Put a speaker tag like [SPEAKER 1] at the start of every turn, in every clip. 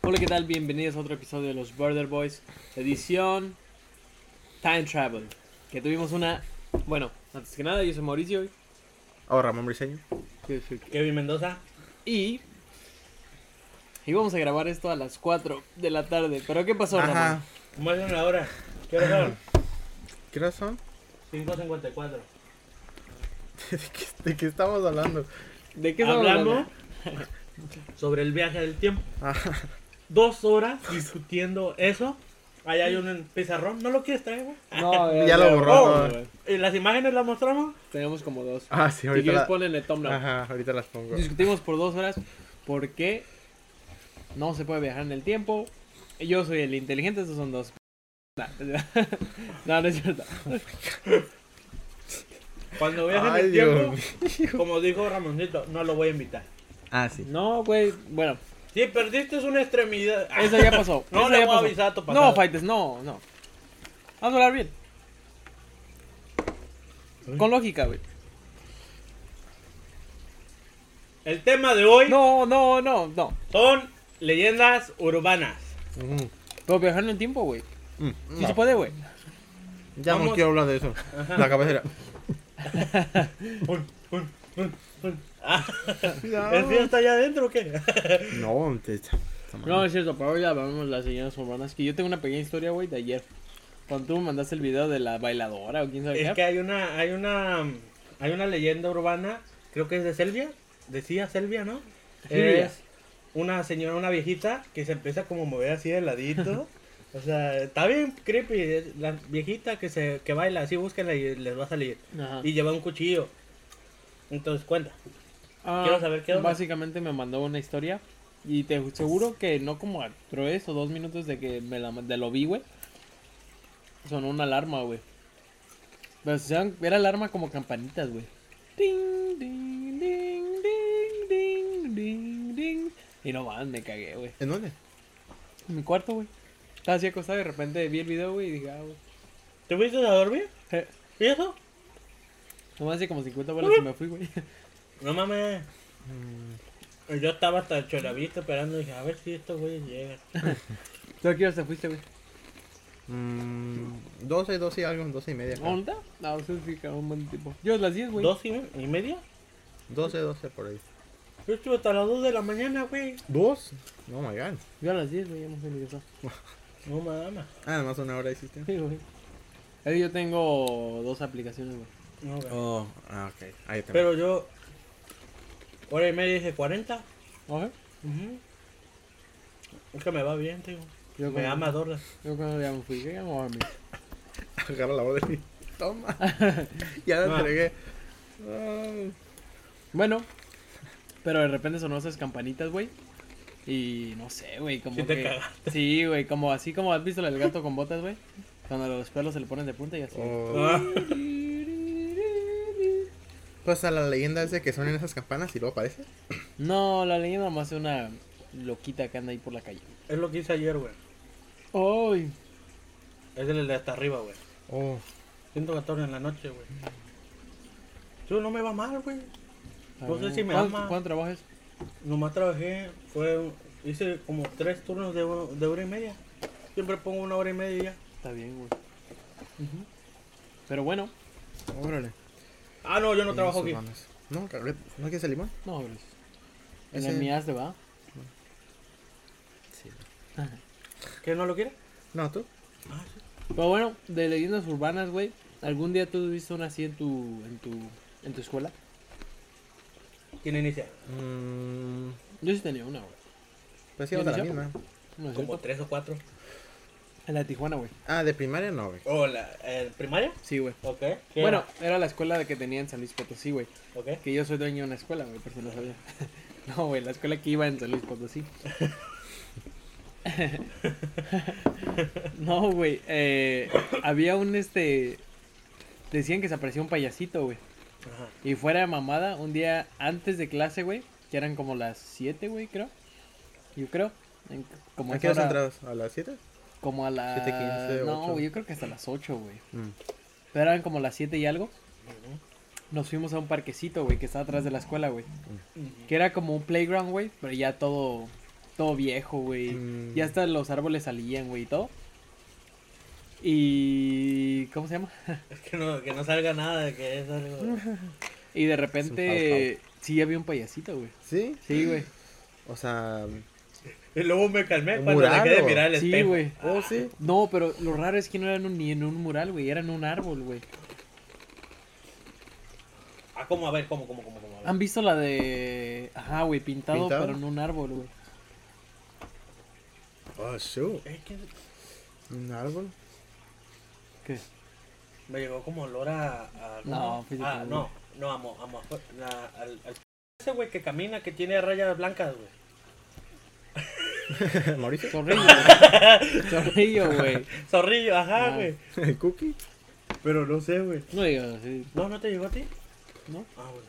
[SPEAKER 1] Hola, ¿qué tal? Bienvenidos a otro episodio de los Border Boys, edición Time Travel. Que tuvimos una. Bueno, antes que nada, yo soy Mauricio.
[SPEAKER 2] Ahora, Oh, Ramón Briseño.
[SPEAKER 3] Kevin Mendoza.
[SPEAKER 1] Y. Íbamos a grabar esto a las 4 de la tarde. ¿Pero qué pasó, Ramón?
[SPEAKER 2] Ajá.
[SPEAKER 3] Más de una hora. ¿Qué hora son?
[SPEAKER 2] ¿Qué horas son?
[SPEAKER 3] 5.54.
[SPEAKER 2] ¿De qué, de qué estamos hablando?
[SPEAKER 1] ¿De qué estamos
[SPEAKER 3] Hablamos
[SPEAKER 1] hablando?
[SPEAKER 3] sobre el viaje del tiempo.
[SPEAKER 2] Ajá.
[SPEAKER 3] Dos horas discutiendo eso. Allá hay un pizarrón. ¿No lo quieres traer, güey?
[SPEAKER 1] No,
[SPEAKER 2] Ya lo borró todo.
[SPEAKER 1] güey.
[SPEAKER 3] ¿Y las imágenes las mostramos?
[SPEAKER 1] Tenemos como dos.
[SPEAKER 2] Ah, sí,
[SPEAKER 1] si
[SPEAKER 2] ahorita,
[SPEAKER 1] quieres,
[SPEAKER 2] la-
[SPEAKER 1] ponenle thumbnail.
[SPEAKER 2] Ajá, ahorita las pongo.
[SPEAKER 1] Discutimos por dos horas por qué no se puede viajar en el tiempo. Yo soy el inteligente, estos son dos. No, no, no es cierto.
[SPEAKER 3] Cuando viajes
[SPEAKER 2] Ay,
[SPEAKER 3] el
[SPEAKER 2] Dios
[SPEAKER 3] tiempo,
[SPEAKER 2] mío.
[SPEAKER 3] como dijo Ramoncito, no lo voy a invitar.
[SPEAKER 2] Ah, sí.
[SPEAKER 1] No, güey, bueno,
[SPEAKER 3] Si perdiste una extremidad. Ah,
[SPEAKER 1] eso ya pasó.
[SPEAKER 3] No
[SPEAKER 1] eso
[SPEAKER 3] le
[SPEAKER 1] ya
[SPEAKER 3] voy a
[SPEAKER 1] pasó.
[SPEAKER 3] avisar a tu pasado.
[SPEAKER 1] No, Faites, no, no. Vamos a hablar bien. Con lógica, güey.
[SPEAKER 3] El tema de hoy
[SPEAKER 1] No, no, no, no.
[SPEAKER 3] son leyendas urbanas.
[SPEAKER 2] Mm,
[SPEAKER 1] Pero viajar en el tiempo, güey. Sí se puede, güey.
[SPEAKER 2] Ya
[SPEAKER 3] Vamos.
[SPEAKER 2] no quiero hablar de eso. La cabecera.
[SPEAKER 3] Un, un, un, un. Ah, ¿El tío
[SPEAKER 2] Cuidado.
[SPEAKER 3] está allá adentro o qué?
[SPEAKER 2] No, te- esta- esta
[SPEAKER 1] No,
[SPEAKER 2] madre.
[SPEAKER 1] es cierto, pero ahora ya hablamos de las señoras urbanas. Que yo tengo una pequeña historia, güey, de ayer. Cuando tú me mandaste el video de la bailadora o quién sabe
[SPEAKER 3] Es
[SPEAKER 1] qué.
[SPEAKER 3] que hay una, hay una, hay una leyenda urbana, creo que es de Selvia, decía Selvia, ¿no?
[SPEAKER 1] Silvia.
[SPEAKER 3] Es una señora, una viejita que se empieza como a mover así de ladito. o sea, está bien creepy, es la viejita que se, que baila así, búsquenla y les va a salir.
[SPEAKER 1] Ajá.
[SPEAKER 3] Y lleva un cuchillo. Entonces cuenta.
[SPEAKER 1] Ah,
[SPEAKER 3] Quiero saber qué onda.
[SPEAKER 1] Básicamente me mandó una historia y te ju- seguro que no como a tres o dos minutos de que me la, de lo vi, güey. Sonó una alarma, güey. Pero si se dan- era alarma como campanitas, güey. Ding, ding, ding, ding, ding, ding, ding. Y no más, me cagué, güey.
[SPEAKER 2] ¿En dónde?
[SPEAKER 1] En mi cuarto, güey. Estaba así acostado y de repente vi el video, güey, y dije, ah, güey.
[SPEAKER 3] ¿Te fuiste a dormir?
[SPEAKER 1] Je.
[SPEAKER 3] ¿Y eso?
[SPEAKER 1] Nomás hace como 50 bolas y me fui, güey.
[SPEAKER 3] No mames. Yo estaba hasta el cholavito esperando y dije, a ver si estos güeyes llegan.
[SPEAKER 1] ¿Tú aquí hasta fuiste, güey?
[SPEAKER 2] Mm, 12, 12 y algo, 12 y media. creo.
[SPEAKER 1] ¿Onda? No, usted sí, cagó un buen tipo. Yo a las 10, güey.
[SPEAKER 3] ¿Dos y, y media?
[SPEAKER 2] 12, 12 por ahí.
[SPEAKER 3] Yo estuve hasta las 2 de la mañana, güey.
[SPEAKER 2] ¿Dos? No, my god.
[SPEAKER 1] Yo a las 10, güey, ya no sé ni qué son.
[SPEAKER 3] No mames.
[SPEAKER 2] Ah, nada más una hora hiciste.
[SPEAKER 1] Sí, güey. Es que yo tengo dos aplicaciones, güey.
[SPEAKER 3] No, güey.
[SPEAKER 2] Oh, ah, ok. Ahí está.
[SPEAKER 3] Pero yo. Hora y media dije 40.
[SPEAKER 1] ¿Oje?
[SPEAKER 3] Ujú. Es que me va bien, tío.
[SPEAKER 1] Yo
[SPEAKER 3] Me
[SPEAKER 1] cuando-
[SPEAKER 3] ama dólar.
[SPEAKER 1] Yo cuando ya me fui, que ya me voy a dormir.
[SPEAKER 2] Agarra la orden y toma. ya la
[SPEAKER 3] Ah.
[SPEAKER 2] entregué. Ah.
[SPEAKER 1] Bueno, pero de repente sonó esas campanitas, güey. Y no sé, güey, como
[SPEAKER 3] Sí te
[SPEAKER 1] que...
[SPEAKER 3] cagaste.
[SPEAKER 1] Sí, güey, como así como has visto el gato con botas, güey. Cuando los perros se le ponen de punta y así.
[SPEAKER 2] Oh.
[SPEAKER 3] Ah,
[SPEAKER 2] Pues a la leyenda es de que suenan esas campanas y luego aparece.
[SPEAKER 1] No, la leyenda más es una loquita que anda ahí por la calle.
[SPEAKER 3] es lo que hice ayer, güey.
[SPEAKER 1] ¡Ay!
[SPEAKER 3] Es el de hasta arriba, güey.
[SPEAKER 2] Oh.
[SPEAKER 3] 114 en la noche, güey. Tú no me va mal, güey. No sé si me
[SPEAKER 1] ¿Cuán-
[SPEAKER 3] ama.
[SPEAKER 1] ¿Cuánto trabajas?
[SPEAKER 3] Nomás trabajé, fue, hice como tres turnos de, ho- de hora y media. Siempre pongo una hora y media y ya.
[SPEAKER 1] Está bien, güey. Pero bueno,
[SPEAKER 2] Órale.
[SPEAKER 3] Ah, no, yo no trabajo aquí.
[SPEAKER 2] Urbanas. No, cabrón, ¿no quieres el limón?
[SPEAKER 1] no, gracias. En
[SPEAKER 2] Ese-
[SPEAKER 1] el mías te va.
[SPEAKER 2] Sí.
[SPEAKER 3] ¿Que no lo quiere?
[SPEAKER 2] No, tú.
[SPEAKER 3] Ah,
[SPEAKER 1] Pero bueno, de leyendas urbanas, güey. ¿Algún día tú viste una así en tu, en tu, en tu escuela?
[SPEAKER 3] sí. ¿Quién inicia?
[SPEAKER 2] Mm,
[SPEAKER 1] Yo sí tenía una, güey.
[SPEAKER 2] pues sí, otra la
[SPEAKER 1] ¿Inicio?
[SPEAKER 2] misma.
[SPEAKER 1] Pues ¿No es
[SPEAKER 3] Como
[SPEAKER 1] cierto?
[SPEAKER 3] tres o cuatro.
[SPEAKER 1] En la Tijuana, güey.
[SPEAKER 2] Ah, de primaria no, güey.
[SPEAKER 3] ¿O la eh, primaria?
[SPEAKER 1] Sí, güey.
[SPEAKER 3] Ok. ¿Qué
[SPEAKER 1] Bueno,
[SPEAKER 3] era?
[SPEAKER 1] era la escuela que tenía en San Luis Potosí, güey.
[SPEAKER 3] Ok.
[SPEAKER 1] Que yo soy dueño de una escuela, güey, por si no sabía. No, güey, la escuela que iba en San Luis Potosí. no, güey, eh, había un este... Decían que se apareció un payasito, güey.
[SPEAKER 3] Ajá.
[SPEAKER 1] Y fuera de mamada, un día antes de clase, güey, que eran como las 7, güey, creo. Yo creo. en- como,
[SPEAKER 2] ¿A
[SPEAKER 1] esa
[SPEAKER 2] qué hora
[SPEAKER 1] hora-
[SPEAKER 2] entrados? ¿A las 7?
[SPEAKER 1] como a las...
[SPEAKER 2] 7:15,
[SPEAKER 1] no,
[SPEAKER 2] ocho.
[SPEAKER 1] güey, yo creo que hasta las 8, güey.
[SPEAKER 2] Mm.
[SPEAKER 1] Pero eran como las 7 y algo. Nos fuimos a un parquecito, güey, que está atrás de la escuela, güey.
[SPEAKER 3] Ujú.
[SPEAKER 1] Que era como un playground, güey, pero ya todo todo viejo, güey.
[SPEAKER 2] Mm.
[SPEAKER 1] Ya hasta los árboles salían, güey, y todo. Y. ¿Cómo se llama?
[SPEAKER 3] Es que no, que no salga nada, de que es algo.
[SPEAKER 1] Y de repente. Sí, había un payasito, güey.
[SPEAKER 2] ¿Sí?
[SPEAKER 1] Sí, güey.
[SPEAKER 2] O sea.
[SPEAKER 3] Y luego me calmé
[SPEAKER 2] ¿Un
[SPEAKER 3] cuando dejé de
[SPEAKER 2] mural o?
[SPEAKER 3] mirar el
[SPEAKER 1] Sí,
[SPEAKER 3] espejo.
[SPEAKER 1] güey.
[SPEAKER 2] ¿Oh, sí?
[SPEAKER 1] No, pero lo raro es que no eran un- ni en un mural, güey. Eran un árbol, güey.
[SPEAKER 3] Ah, ¿cómo? A ver, ¿cómo, cómo, cómo, cómo? A ver.
[SPEAKER 1] ¿Han visto la de. Ajá, güey, pintado,
[SPEAKER 2] ¿Pintado?
[SPEAKER 1] pero en un árbol, güey?
[SPEAKER 3] Ah,
[SPEAKER 2] Oh, shoot.
[SPEAKER 3] Es que
[SPEAKER 2] ¿Un árbol?
[SPEAKER 1] ¿Qué?
[SPEAKER 3] me llegó como olor a... a-
[SPEAKER 1] No, fíjate,
[SPEAKER 3] ah,
[SPEAKER 1] güey.
[SPEAKER 3] no, no, amo, amo. la- al, al- ese güey que camina, que tiene rayas blancas, güey.
[SPEAKER 2] ¿Mauricio?
[SPEAKER 1] Zorrillo, güey. Zorrillo, güey.
[SPEAKER 3] Zorrillo,
[SPEAKER 1] Ah.
[SPEAKER 3] ajá, güey.
[SPEAKER 2] ¿El cookie?
[SPEAKER 3] Pero no sé, güey.
[SPEAKER 1] No digo, sí.
[SPEAKER 3] No, ¿no te llegó a ti?
[SPEAKER 1] No.
[SPEAKER 3] Ah, bueno.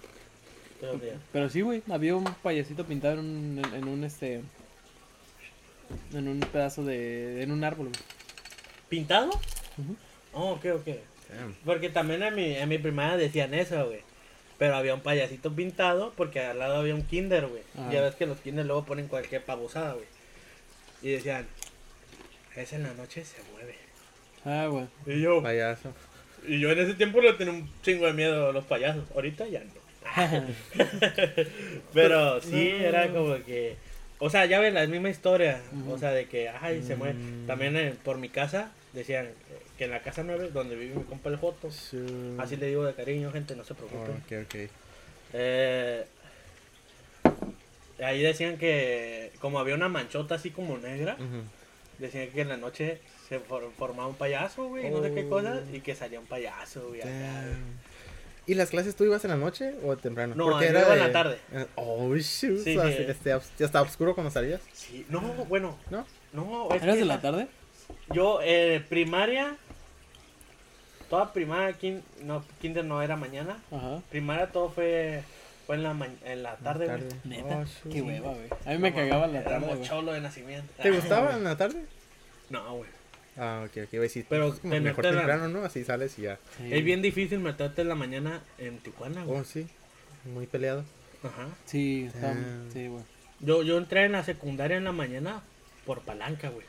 [SPEAKER 3] Pero mira,
[SPEAKER 1] Pero sí, güey, había un payasito pintado en un, en, en un este en un pedazo de en un árbol. güey.
[SPEAKER 3] ¿Pintado?
[SPEAKER 1] Ujú.
[SPEAKER 3] Oh, ok, ok.
[SPEAKER 2] Damn.
[SPEAKER 3] Porque también en mi, en mi primaria decían eso, güey. Pero había un payasito pintado porque al lado había un kinder, güey.
[SPEAKER 1] Ajá.
[SPEAKER 3] Ya ves que los kinder luego ponen cualquier pavosada, güey. Y decían, es en la noche se mueve.
[SPEAKER 1] Ah, güey.
[SPEAKER 3] Y yo,
[SPEAKER 2] Payaso.
[SPEAKER 3] y yo en ese tiempo le tenía un chingo de miedo a los payasos. Ahorita ya no. Pero sí, era como que... O sea, ya ves la misma historia.
[SPEAKER 1] Ujú.
[SPEAKER 3] O sea, de que, ay, se mueve.
[SPEAKER 2] Mm.
[SPEAKER 3] También eh, por mi casa decían eh, que en la casa 9, donde vive mi compa el Joto.
[SPEAKER 2] Shoot.
[SPEAKER 3] Así le digo de cariño, gente, no se
[SPEAKER 2] Oh,
[SPEAKER 3] preocupen.
[SPEAKER 2] ok, ok.
[SPEAKER 3] Eh, ahí decían que como había una manchota así como negra,
[SPEAKER 2] Ujú.
[SPEAKER 3] decían que en la noche se for- formaba un payaso, güey, no sé qué
[SPEAKER 2] Oh.
[SPEAKER 3] cosa, y que salía un payaso, güey. acá, güey.
[SPEAKER 2] Damn. ¿Y las clases tú ibas en la noche o temprano?
[SPEAKER 3] No, yo iba en la tarde.
[SPEAKER 2] eh, Oh, shoot.
[SPEAKER 3] Sí,
[SPEAKER 2] o sea,
[SPEAKER 3] sí.
[SPEAKER 2] este, obs- ya estaba oscuro cuando salías,
[SPEAKER 3] Sí, no, bueno,
[SPEAKER 2] ¿no?
[SPEAKER 3] no,
[SPEAKER 1] ¿Eras
[SPEAKER 3] es Pues que
[SPEAKER 1] de la
[SPEAKER 3] esa-
[SPEAKER 1] tarde?
[SPEAKER 3] Yo, eh, primaria, toda primaria, kin- no, kinder no era mañana,
[SPEAKER 1] Ajá.
[SPEAKER 3] primaria todo fue, fue en, la ma- en la tarde, güey.
[SPEAKER 1] Neta.
[SPEAKER 2] Oh, shoot.
[SPEAKER 1] Qué hueva, güey. A mí me cagaba la tarde,
[SPEAKER 3] Éramos
[SPEAKER 1] güey.
[SPEAKER 3] cholo de nacimiento.
[SPEAKER 2] ¿Te gustaba en la tarde?
[SPEAKER 3] No, güey.
[SPEAKER 2] Ah, ok, ok. Güey, sí,
[SPEAKER 3] Pero
[SPEAKER 2] es como
[SPEAKER 3] te
[SPEAKER 2] mejor
[SPEAKER 3] metes la-
[SPEAKER 2] temprano, ¿no? Así sales y ya.
[SPEAKER 1] Sí,
[SPEAKER 3] Es bien difícil meterte en la mañana en Tijuana, güey.
[SPEAKER 2] Oh, sí. Muy peleado.
[SPEAKER 3] Ajá.
[SPEAKER 1] Sí, está-
[SPEAKER 2] Ah.
[SPEAKER 1] sí, güey.
[SPEAKER 3] Yo, yo entré en la secundaria en la mañana por palanca, güey.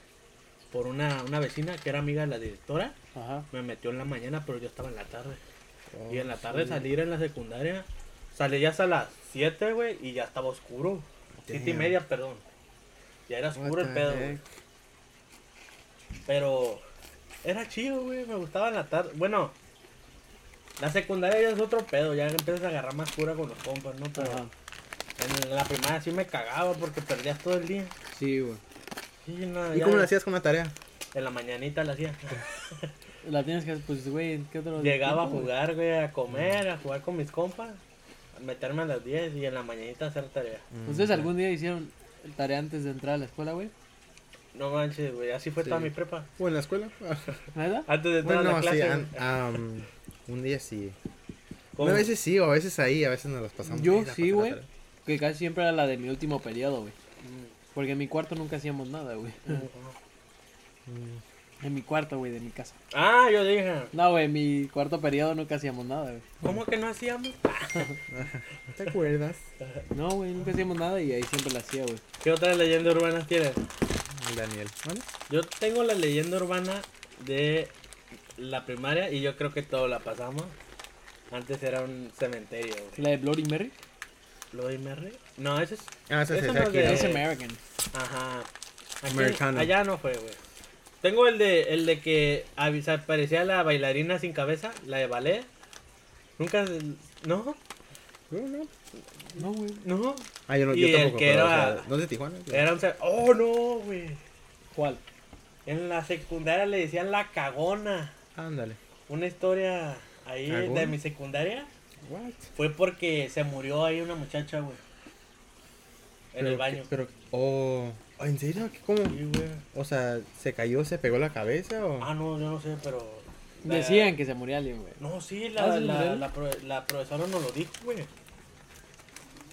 [SPEAKER 3] Por una, una vecina que era amiga de la directora,
[SPEAKER 1] Ajá.
[SPEAKER 3] me metió en la mañana, pero yo estaba en la tarde.
[SPEAKER 2] Oh,
[SPEAKER 3] y en la tarde
[SPEAKER 2] shoot.
[SPEAKER 3] salir en la secundaria, salí ya hasta las 7, güey, y ya estaba oscuro. Siete y
[SPEAKER 2] Damn.
[SPEAKER 3] media, perdón. Ya era
[SPEAKER 2] What
[SPEAKER 3] oscuro el
[SPEAKER 2] the
[SPEAKER 3] pedo, güey.
[SPEAKER 2] heck?
[SPEAKER 3] Pero era chido, güey. Me gustaba en la tarde. Bueno, la secundaria ya es otro pedo. Ya empiezas a agarrar más cura con los compas, ¿no? Pero
[SPEAKER 1] Ajá.
[SPEAKER 3] en la primaria sí me cagaba porque perdías todo el día.
[SPEAKER 1] Sí, güey.
[SPEAKER 3] Sí, no,
[SPEAKER 2] Oh. ¿Y
[SPEAKER 3] ya
[SPEAKER 2] cómo lo hacías con la tarea?
[SPEAKER 3] En la mañanita la hacía.
[SPEAKER 1] La tienes que pues güey, ¿qué otro?
[SPEAKER 3] Llegaba a
[SPEAKER 1] tiempo, güey?
[SPEAKER 3] jugar, güey, a comer, a jugar con mis compas. a meterme a las 10 y en la mañanita hacer tarea.
[SPEAKER 1] ¿Ustedes Pues, algún día hicieron tarea antes de entrar a la escuela, güey?
[SPEAKER 3] No manches, güey. Así fue
[SPEAKER 2] Sí.
[SPEAKER 3] toda mi prepa.
[SPEAKER 2] Mm, ¿O en la escuela?
[SPEAKER 1] ¿Verdad?
[SPEAKER 3] Antes de entrar
[SPEAKER 2] bueno,
[SPEAKER 3] a la
[SPEAKER 2] no, sí.
[SPEAKER 3] clase.
[SPEAKER 2] an-
[SPEAKER 3] güey.
[SPEAKER 2] am, un día sí.
[SPEAKER 3] ¿Cómo?
[SPEAKER 2] No, a veces sí, o a veces ahí, a veces nos las pasamos.
[SPEAKER 1] Yo
[SPEAKER 2] Ahí la
[SPEAKER 1] sí,
[SPEAKER 2] pasamos
[SPEAKER 1] güey.
[SPEAKER 2] la tarea.
[SPEAKER 1] Que casi siempre era la de mi último periodo, güey.
[SPEAKER 3] Mm,
[SPEAKER 1] Porque en mi cuarto nunca hacíamos nada, güey.
[SPEAKER 3] mm, mm.
[SPEAKER 2] Mm.
[SPEAKER 1] En mi cuarto, güey, de mi casa.
[SPEAKER 3] Ah, yo dije.
[SPEAKER 1] No, güey, en mi cuarto periodo nunca hacíamos nada, güey.
[SPEAKER 3] ¿Cómo que no hacíamos?
[SPEAKER 2] ¿No ¿Te acuerdas?
[SPEAKER 1] No, güey, nunca hacíamos nada y ahí siempre la hacía, güey.
[SPEAKER 3] ¿Qué otras leyendas urbanas tienes?
[SPEAKER 2] Daniel. ¿Vale?
[SPEAKER 3] Yo tengo la leyenda urbana de la primaria y yo creo que todos la pasamos. Antes era un cementerio, güey.
[SPEAKER 1] La de Bloody Mary.
[SPEAKER 3] ¿Lo de Merry? No, ese es.
[SPEAKER 2] Ah, esa es
[SPEAKER 3] Eso
[SPEAKER 2] esa
[SPEAKER 3] no
[SPEAKER 2] aquí.
[SPEAKER 3] es de-
[SPEAKER 1] Es American.
[SPEAKER 3] Ajá. Aquí-
[SPEAKER 2] Americano.
[SPEAKER 3] Allá no fue, güey. Tengo el de, el de que avisa- aparecía la bailarina sin cabeza, la de ballet. Nunca. No,
[SPEAKER 2] No, no.
[SPEAKER 1] No, güey.
[SPEAKER 3] no.
[SPEAKER 2] Ah, yo no,
[SPEAKER 3] Y
[SPEAKER 2] yo
[SPEAKER 3] el
[SPEAKER 2] tampoco.
[SPEAKER 3] que
[SPEAKER 2] pero, o
[SPEAKER 3] era-
[SPEAKER 2] sea, ¿No es de Tijuana?
[SPEAKER 3] Era un. ce- Oh, no, güey.
[SPEAKER 1] ¿Cuál?
[SPEAKER 3] En la secundaria le decían la cagona.
[SPEAKER 2] Ándale.
[SPEAKER 3] Una historia ahí
[SPEAKER 2] ¿Cagona?
[SPEAKER 3] de mi secundaria.
[SPEAKER 2] What?
[SPEAKER 3] Fue porque se murió ahí una muchacha, güey. En el baño.
[SPEAKER 2] Pero, oh, ¿en serio? ¿Qué- ¿Cómo?
[SPEAKER 3] Sí, güey.
[SPEAKER 2] O sea, ¿se cayó, se pegó la cabeza o...?
[SPEAKER 3] Ah, no, yo no sé, pero. la-
[SPEAKER 1] Decían que se moría alguien, güey.
[SPEAKER 3] No, sí,
[SPEAKER 1] Ah,
[SPEAKER 3] la,
[SPEAKER 1] ¿sí,
[SPEAKER 3] la,
[SPEAKER 1] Miguel?
[SPEAKER 3] la, pro- la profesora nos lo dijo, güey.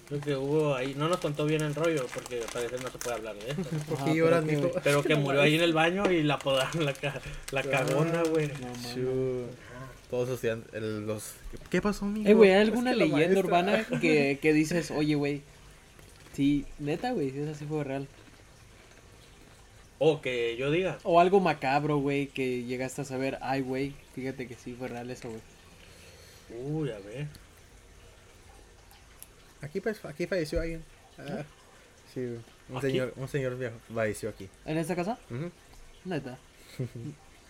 [SPEAKER 3] Lo que hubo ahí. No nos contó bien el rollo, porque parece que no se puede hablar de esto.
[SPEAKER 2] ¿Por
[SPEAKER 1] Ajá,
[SPEAKER 2] qué
[SPEAKER 1] pero
[SPEAKER 2] lloras,
[SPEAKER 1] que- Ah,
[SPEAKER 2] mijo?
[SPEAKER 3] Pero que murió ahí en el baño y la apodaron la, ca- la cagona, güey.
[SPEAKER 1] No, mames.
[SPEAKER 2] Chu. Todos los estudiantes, el- los... ¿Qué pasó, mijo?
[SPEAKER 1] Eh, güey, ¿hay
[SPEAKER 2] Es
[SPEAKER 1] alguna
[SPEAKER 2] que la
[SPEAKER 1] leyenda
[SPEAKER 2] maestra-
[SPEAKER 1] urbana que, que dices, oye, güey? Sí, neta, güey, esa sí fue real.
[SPEAKER 3] O que yo diga.
[SPEAKER 1] O algo macabro, güey, que llegaste a saber. Ay, güey, fíjate que sí fue real eso, güey.
[SPEAKER 3] Uy, a ver.
[SPEAKER 2] Aquí, pues, aquí falleció alguien. Ah, sí, güey. un
[SPEAKER 3] ¿Aquí?
[SPEAKER 2] señor, un señor viejo falleció aquí.
[SPEAKER 1] ¿En esta casa?
[SPEAKER 2] Ujú.
[SPEAKER 1] Neta.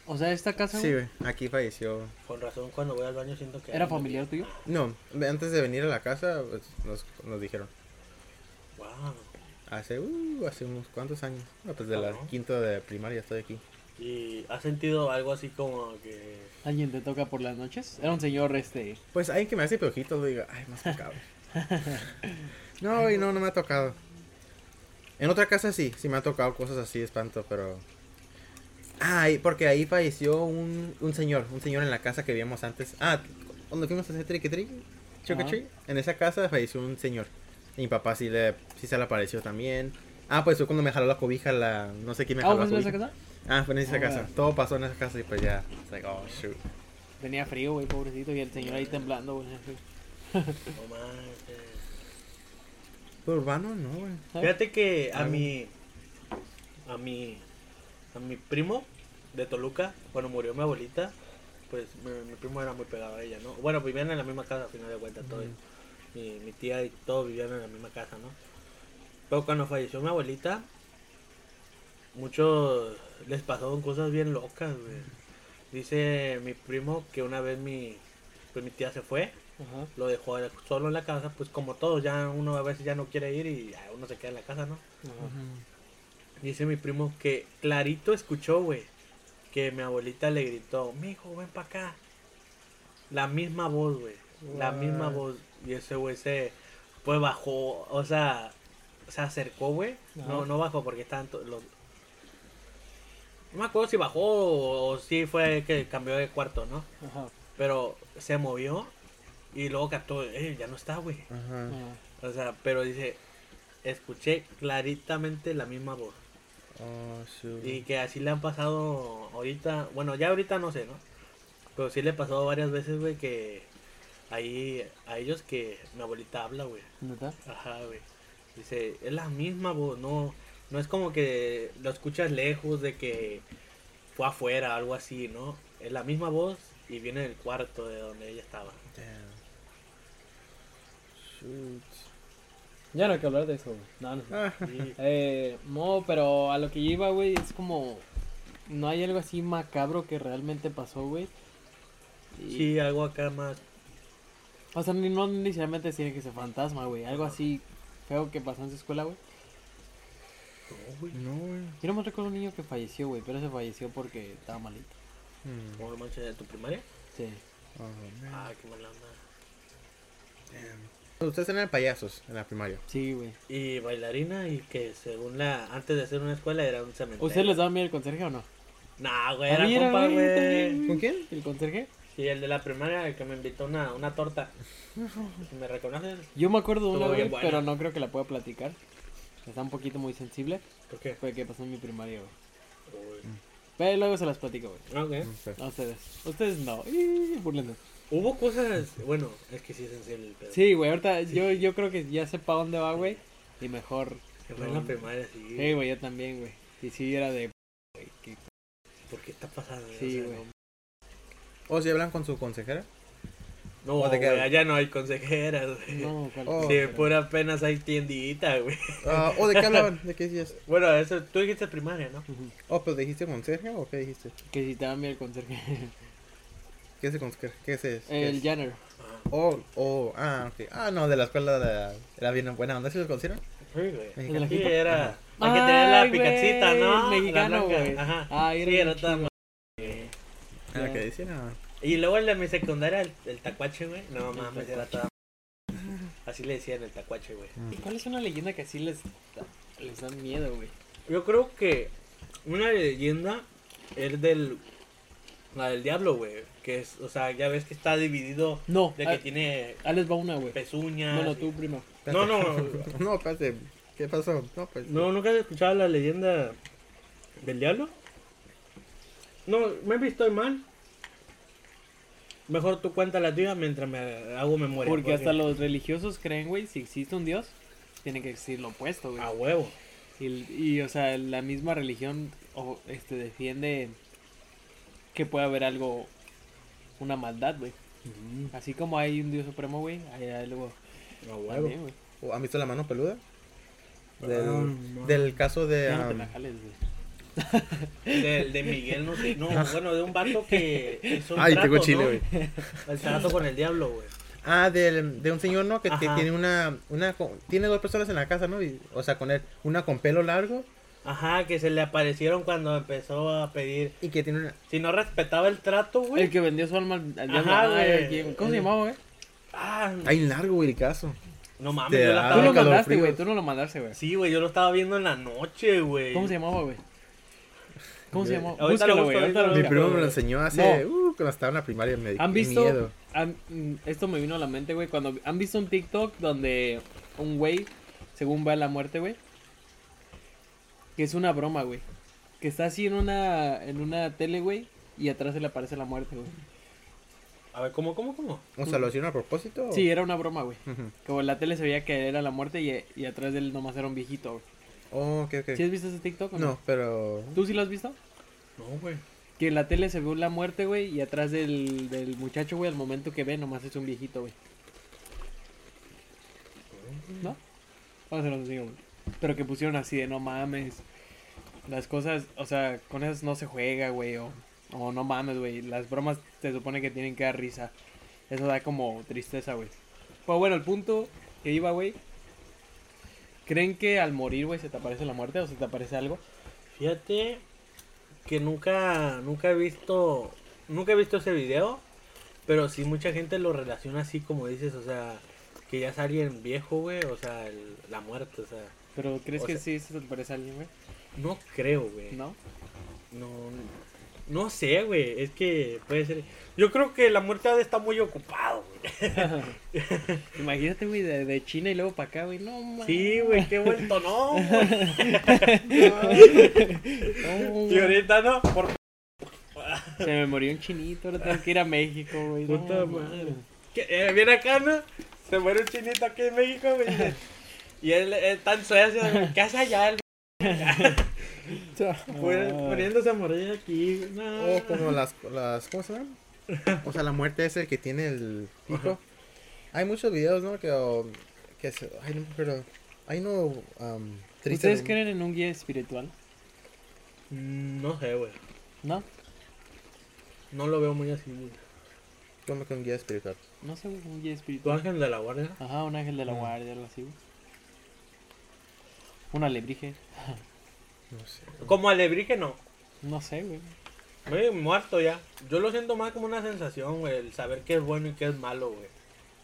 [SPEAKER 1] O sea, esta casa
[SPEAKER 2] Sí,
[SPEAKER 1] güey,
[SPEAKER 2] güey. Aquí falleció.
[SPEAKER 3] Con razón, cuando voy al baño siento que.
[SPEAKER 1] era familiar tuyo.
[SPEAKER 2] No, antes de venir a la casa pues, nos, nos dijeron.
[SPEAKER 3] Wow.
[SPEAKER 2] Hace, uh, hace unos cuantos años. No, pues de la
[SPEAKER 3] Ajá.
[SPEAKER 2] quinta de primaria estoy aquí.
[SPEAKER 3] ¿Y has sentido algo así como que.
[SPEAKER 1] ¿Alguien te toca por las noches? Era un señor, este.
[SPEAKER 2] Pues alguien que me hace peojitos, güey, diga, ay, más tocado. no, güey, no, no me ha tocado. En otra casa sí, sí me ha tocado cosas así, de espanto, pero. Ay, porque ahí falleció un, un señor, un señor en la casa que vimos antes. Ah, cuando fuimos a hacer triqui triqui, choco
[SPEAKER 1] Ajá.
[SPEAKER 2] tri, en esa casa falleció un señor. Y mi papá sí, le, sí se le apareció también. Ah, pues fue cuando me jaló la cobija, la. No sé quién me
[SPEAKER 1] Ah,
[SPEAKER 2] jaló
[SPEAKER 1] ¿fue
[SPEAKER 2] la
[SPEAKER 1] en esa
[SPEAKER 2] cobija.
[SPEAKER 1] casa?
[SPEAKER 2] Ah, fue en esa
[SPEAKER 1] Ah,
[SPEAKER 2] casa.
[SPEAKER 1] bueno.
[SPEAKER 2] Todo pasó en esa casa y pues ya. It's like, oh, shoot.
[SPEAKER 1] Tenía frío, güey, pobrecito. Y el señor ahí temblando, güey.
[SPEAKER 3] No manches.
[SPEAKER 2] Pero urbano no, güey.
[SPEAKER 3] Fíjate que a
[SPEAKER 2] Algo.
[SPEAKER 3] mi. A mi. A mi primo de Toluca, cuando murió mi abuelita, pues mi, mi primo era muy pegado a ella, ¿no? Bueno, vivían en la misma casa, al final de cuentas, todos. Mi, mi tía y todos vivían en la misma casa, ¿no? Pero cuando falleció mi abuelita, muchos les pasaron cosas bien locas, güey. Dice mi primo que una vez mi, pues mi tía se fue
[SPEAKER 1] Ajá.
[SPEAKER 3] lo dejó solo en la casa, pues como todos, ya uno a veces ya no quiere ir y ya uno se queda en la casa, ¿no? Dice mi primo que clarito escuchó, güey, que mi abuelita le gritó, mijo, ven para acá. La misma voz, güey, la
[SPEAKER 2] What?
[SPEAKER 3] misma voz. Y ese güey se, pues bajó, o sea, se acercó, güey. No,
[SPEAKER 1] Ajá.
[SPEAKER 3] no bajó porque estaban to- los... No me acuerdo si bajó o, o si fue que cambió de cuarto, ¿no?
[SPEAKER 1] Ajá.
[SPEAKER 3] Pero se movió y luego captó, eh, ya no está, güey.
[SPEAKER 2] Ajá.
[SPEAKER 1] Ajá.
[SPEAKER 3] O sea, pero dice, escuché claritamente la misma voz.
[SPEAKER 2] Oh, shoot.
[SPEAKER 3] Y que así le han pasado ahorita, bueno, ya ahorita no sé, ¿no? Pero sí le pasó varias veces, güey, que ahí a ellos que mi abuelita habla, güey.
[SPEAKER 1] ¿Neta?
[SPEAKER 3] Ajá, güey. Dice, es la misma voz, no, no es como que lo escuchas lejos de que fue afuera, algo así, ¿no? Es la misma voz y viene del cuarto de donde ella estaba.
[SPEAKER 2] Damn. Shoot.
[SPEAKER 1] Ya no hay que hablar de eso, güey. No, no.
[SPEAKER 2] Ah,
[SPEAKER 3] Sí.
[SPEAKER 1] Eh, no, pero a lo que yo iba, güey, es como. No hay algo así macabro que realmente pasó, güey. Y-
[SPEAKER 3] Sí, algo acá más.
[SPEAKER 1] O sea, ni- no necesariamente tiene que ser fantasma, güey. Algo así feo que pasó en su escuela, güey.
[SPEAKER 2] no, güey.
[SPEAKER 1] Yo no me recuerdo un niño que falleció, güey, pero se falleció porque estaba malito.
[SPEAKER 2] Hmm.
[SPEAKER 3] ¿Cómo lo manches de tu primaria?
[SPEAKER 1] Sí.
[SPEAKER 2] Oh, man.
[SPEAKER 3] Ah, qué mala onda.
[SPEAKER 2] Damn. Ustedes eran payasos en la primaria.
[SPEAKER 1] Sí, güey.
[SPEAKER 3] Y bailarina, y que según la. Antes de ser una escuela era un cementerio.
[SPEAKER 1] ¿Usted les daba miedo el conserje o no?
[SPEAKER 3] Nah, güey,
[SPEAKER 1] A
[SPEAKER 3] era
[SPEAKER 1] mí era
[SPEAKER 3] compa,
[SPEAKER 1] bien, también,
[SPEAKER 3] güey.
[SPEAKER 1] güey.
[SPEAKER 2] ¿Con quién?
[SPEAKER 1] ¿El conserje?
[SPEAKER 3] Y el de la primaria, el que me invitó una, una torta. ¿Me reconoces?
[SPEAKER 1] Yo me acuerdo de una,
[SPEAKER 3] Estuvo bien
[SPEAKER 1] güey,
[SPEAKER 3] buena.
[SPEAKER 1] pero no creo que la pueda platicar. Está un poquito muy sensible.
[SPEAKER 3] ¿Por qué?
[SPEAKER 1] Fue que pasó en mi primaria, güey.
[SPEAKER 3] Uy.
[SPEAKER 1] Pero luego se las platico, güey.
[SPEAKER 3] Ah, ok.
[SPEAKER 2] No sé.
[SPEAKER 1] A ustedes. Ustedes no. Ih, burlense.
[SPEAKER 3] Hubo cosas. Bueno, es que sí es sensible el pedo.
[SPEAKER 1] Sí, güey, ahorita yo, yo creo que ya sé para dónde va, güey. Y mejor.
[SPEAKER 3] Que fue en la primaria, sí.
[SPEAKER 1] Sí, güey, yo también, güey. Y sí, era de. güey, que-
[SPEAKER 3] ¿Por qué está pasando?
[SPEAKER 1] Sí,
[SPEAKER 3] O sea,
[SPEAKER 1] güey.
[SPEAKER 2] ¿O si hablan con su consejera?
[SPEAKER 3] No,
[SPEAKER 2] ¿O
[SPEAKER 3] no
[SPEAKER 2] te
[SPEAKER 3] güey,
[SPEAKER 2] quedas?
[SPEAKER 3] allá no hay consejeras, güey.
[SPEAKER 1] No, ¿cuál?
[SPEAKER 2] Oh.
[SPEAKER 3] Sí, pura apenas hay tiendita, güey.
[SPEAKER 2] Ah, ¿O de qué hablaban? ¿De qué decías?
[SPEAKER 3] Bueno, eso, tú dijiste primaria, ¿no?
[SPEAKER 1] Ujú.
[SPEAKER 2] ¿Oh, pero dijiste conserje o qué dijiste?
[SPEAKER 1] Que si te da miedo el conserje.
[SPEAKER 2] ¿Qué es el conserje? ¿Qué es? eso? ¿Qué
[SPEAKER 1] El
[SPEAKER 2] es?
[SPEAKER 1] Janner.
[SPEAKER 3] Ah,
[SPEAKER 2] Oh, oh, ah, ok. Ah, no, de la escuela de- era bien buena onda. ¿Sí lo consideran?
[SPEAKER 3] sí, güey.
[SPEAKER 2] ¿El
[SPEAKER 1] de la
[SPEAKER 3] Sí, eh,
[SPEAKER 1] jipa?
[SPEAKER 3] era. La que tenía la
[SPEAKER 1] Ay, güey,
[SPEAKER 3] picacita, ¿no? La
[SPEAKER 1] Mexicano,
[SPEAKER 3] blanca,
[SPEAKER 1] güey.
[SPEAKER 3] Ajá.
[SPEAKER 1] Ah, era
[SPEAKER 3] sí,
[SPEAKER 1] bien
[SPEAKER 3] era
[SPEAKER 1] chido.
[SPEAKER 3] tan-
[SPEAKER 2] Ah,
[SPEAKER 1] Ya.
[SPEAKER 2] ¿qué decían? Ah,
[SPEAKER 3] Y luego el de mi secundaria, el, el tacuache, güey. No
[SPEAKER 1] El
[SPEAKER 3] mames, era toda. Así le decían el tacuache, güey.
[SPEAKER 1] ¿Cuál es una leyenda que así les, da- les da miedo, güey?
[SPEAKER 3] Yo creo que una leyenda es del. La del diablo, güey. Que es, o sea, ya ves que está dividido.
[SPEAKER 1] No,
[SPEAKER 3] De que
[SPEAKER 1] ah,
[SPEAKER 3] tiene Pues, ah,
[SPEAKER 1] ah, les va una, güey.
[SPEAKER 3] pezuñas.
[SPEAKER 1] Bueno, tú, primo.
[SPEAKER 2] espérate.
[SPEAKER 3] No, no.
[SPEAKER 2] no, espérate. ¿Qué pasó? No, pues.
[SPEAKER 3] No, ¿nunca has escuchado la leyenda del diablo? No, me he visto mal. Mejor tú cuenta la tuya mientras me hago memoria. Ah,
[SPEAKER 1] Porque hasta los religiosos creen, güey, si existe un Dios, tiene que existir lo opuesto, güey.
[SPEAKER 3] A huevo.
[SPEAKER 1] Y, y, o sea, la misma religión o, este, defiende que puede haber algo, una maldad, güey. Así como hay un Dios supremo, güey, hay algo
[SPEAKER 3] A huevo.
[SPEAKER 1] también, güey.
[SPEAKER 2] ¿O ¿Han visto la mano peluda? Del,
[SPEAKER 3] Ah, no.
[SPEAKER 2] del caso de.
[SPEAKER 1] Ya no te
[SPEAKER 2] um,
[SPEAKER 1] la jales, güey.
[SPEAKER 3] Del de Miguel, no sé. No, bueno, de un vato que hizo un
[SPEAKER 2] Ay,
[SPEAKER 3] trato,
[SPEAKER 2] tengo chile,
[SPEAKER 3] ¿no?
[SPEAKER 2] güey.
[SPEAKER 3] El trato con el diablo, güey.
[SPEAKER 2] Ah, del, de un señor, ¿no? Que, que
[SPEAKER 3] Ajá.
[SPEAKER 2] tiene una, una. co- Tiene dos personas en la casa, ¿no? Y- o sea, con él. Una con pelo largo
[SPEAKER 3] Ajá, que se le aparecieron cuando empezó a pedir.
[SPEAKER 2] y que tiene una.
[SPEAKER 3] Si no respetaba el trato,
[SPEAKER 1] El
[SPEAKER 3] güey.
[SPEAKER 1] que vendió su alma al al diablo.
[SPEAKER 3] Ajá,
[SPEAKER 1] ah,
[SPEAKER 3] güey. Eh,
[SPEAKER 1] ¿quién? ¿Cómo se llamaba, güey?
[SPEAKER 3] Ah,
[SPEAKER 2] Hay un largo, güey, el caso.
[SPEAKER 3] no mames,
[SPEAKER 2] Te
[SPEAKER 3] yo
[SPEAKER 2] da
[SPEAKER 3] la
[SPEAKER 1] Tú lo
[SPEAKER 3] estaba...
[SPEAKER 2] calor.
[SPEAKER 1] mandaste, güey.
[SPEAKER 2] fríos.
[SPEAKER 1] Tú no lo mandaste, güey.
[SPEAKER 3] Sí, güey, yo lo estaba viendo en la noche, güey.
[SPEAKER 1] ¿Cómo se llamaba, güey? ¿Cómo se
[SPEAKER 2] Yo-
[SPEAKER 1] llamaba?
[SPEAKER 3] Ahorita
[SPEAKER 1] Búscalo,
[SPEAKER 3] lo busco,
[SPEAKER 1] güey.
[SPEAKER 3] ahorita
[SPEAKER 1] ahorita
[SPEAKER 3] lo
[SPEAKER 1] lo
[SPEAKER 2] Mi
[SPEAKER 3] busco.
[SPEAKER 1] busca.
[SPEAKER 2] primo me lo enseñó hace.
[SPEAKER 1] No.
[SPEAKER 2] Uh, cuando estaba en la primaria. Me dio
[SPEAKER 1] ¿Han visto?
[SPEAKER 2] miedo.
[SPEAKER 1] han- mm, esto me vino a la mente, güey. Cuando han visto un TikTok donde un güey, según va a la muerte, güey, que es una broma, güey. Que está así en una en una tele, güey, y atrás se le aparece la muerte, güey.
[SPEAKER 3] A ver, ¿cómo, cómo, cómo?
[SPEAKER 2] O sea, lo hicieron a propósito. o-
[SPEAKER 1] Sí, era una broma, güey.
[SPEAKER 2] Ujú.
[SPEAKER 1] Como en la tele se veía que era la muerte y, y atrás de él nomás era un viejito, güey.
[SPEAKER 2] Oh, ok, ok.
[SPEAKER 1] ¿Sí has visto ese TikTok? o
[SPEAKER 2] No, pero.
[SPEAKER 1] ¿Tú sí lo has visto?
[SPEAKER 3] No, güey.
[SPEAKER 1] Que en la tele se ve la muerte, güey, y atrás del, del muchacho, güey, al momento que ve, nomás es un viejito, güey. ¿No? Vamos a los güey. Pero que pusieron así de no mames. Las cosas, o sea, con esas no se juega, güey, o, o no mames, güey. Las bromas se supone que tienen que dar risa. Eso da como tristeza, güey. Pues bueno, el punto que iba, güey. ¿Creen que al morir, güey, se te aparece la muerte o se te aparece algo?
[SPEAKER 3] Fíjate que nunca, nunca he visto, nunca he visto ese video, pero sí mucha gente lo relaciona así como dices, o sea, que ya es alguien viejo, güey, o sea, el- la muerte, o sea,
[SPEAKER 1] ¿Pero crees
[SPEAKER 3] O
[SPEAKER 1] que
[SPEAKER 3] sea-
[SPEAKER 1] sí se te aparece alguien, güey?
[SPEAKER 3] no creo, güey.
[SPEAKER 1] ¿No?
[SPEAKER 3] No, no sé, güey, es que puede ser, yo creo que la muerte ha de estar muy ocupado, güey.
[SPEAKER 1] Imagínate, güey, de, de China y luego para acá, güey. No, mames.
[SPEAKER 3] Sí, güey, qué vuelto, no, güey.
[SPEAKER 1] No, güey.
[SPEAKER 3] Y ahorita no, por
[SPEAKER 1] Se me murió un chinito, ahora tengo que ir a México, güey. no,
[SPEAKER 3] Puta madre. Que, eh, viene acá, ¿no? Se muere un chinito aquí en México, güey. y él eh, está en Suecia, güey. ¿Qué hace allá? El...
[SPEAKER 1] Ah.
[SPEAKER 3] Fue- Poniéndose a morir aquí. güey. No.
[SPEAKER 2] O como las, las. ¿Cómo se llama? O sea, la muerte es el que tiene el hijo. Hay muchos videos, ¿no? Que. o, que se, ay, no, pero. Hay no. Um, triste.
[SPEAKER 1] ¿Ustedes
[SPEAKER 2] de-
[SPEAKER 1] creen en un guía espiritual?
[SPEAKER 3] Mm, No sé, güey.
[SPEAKER 1] ¿No?
[SPEAKER 3] No lo veo muy así. güey.
[SPEAKER 2] Como que un guía espiritual.
[SPEAKER 1] No sé, güey, un guía
[SPEAKER 3] ¿Tu
[SPEAKER 1] espiritual.
[SPEAKER 3] ángel de la guardia?
[SPEAKER 1] Ajá, un ángel de
[SPEAKER 3] Ah.
[SPEAKER 1] la guardia, algo así, güey. Un alebrije.
[SPEAKER 2] No sé.
[SPEAKER 3] Como alebrije, no.
[SPEAKER 1] No sé, güey.
[SPEAKER 3] Güey, muerto ya. Yo lo siento más como una sensación, güey. El saber qué es bueno y qué es malo, güey.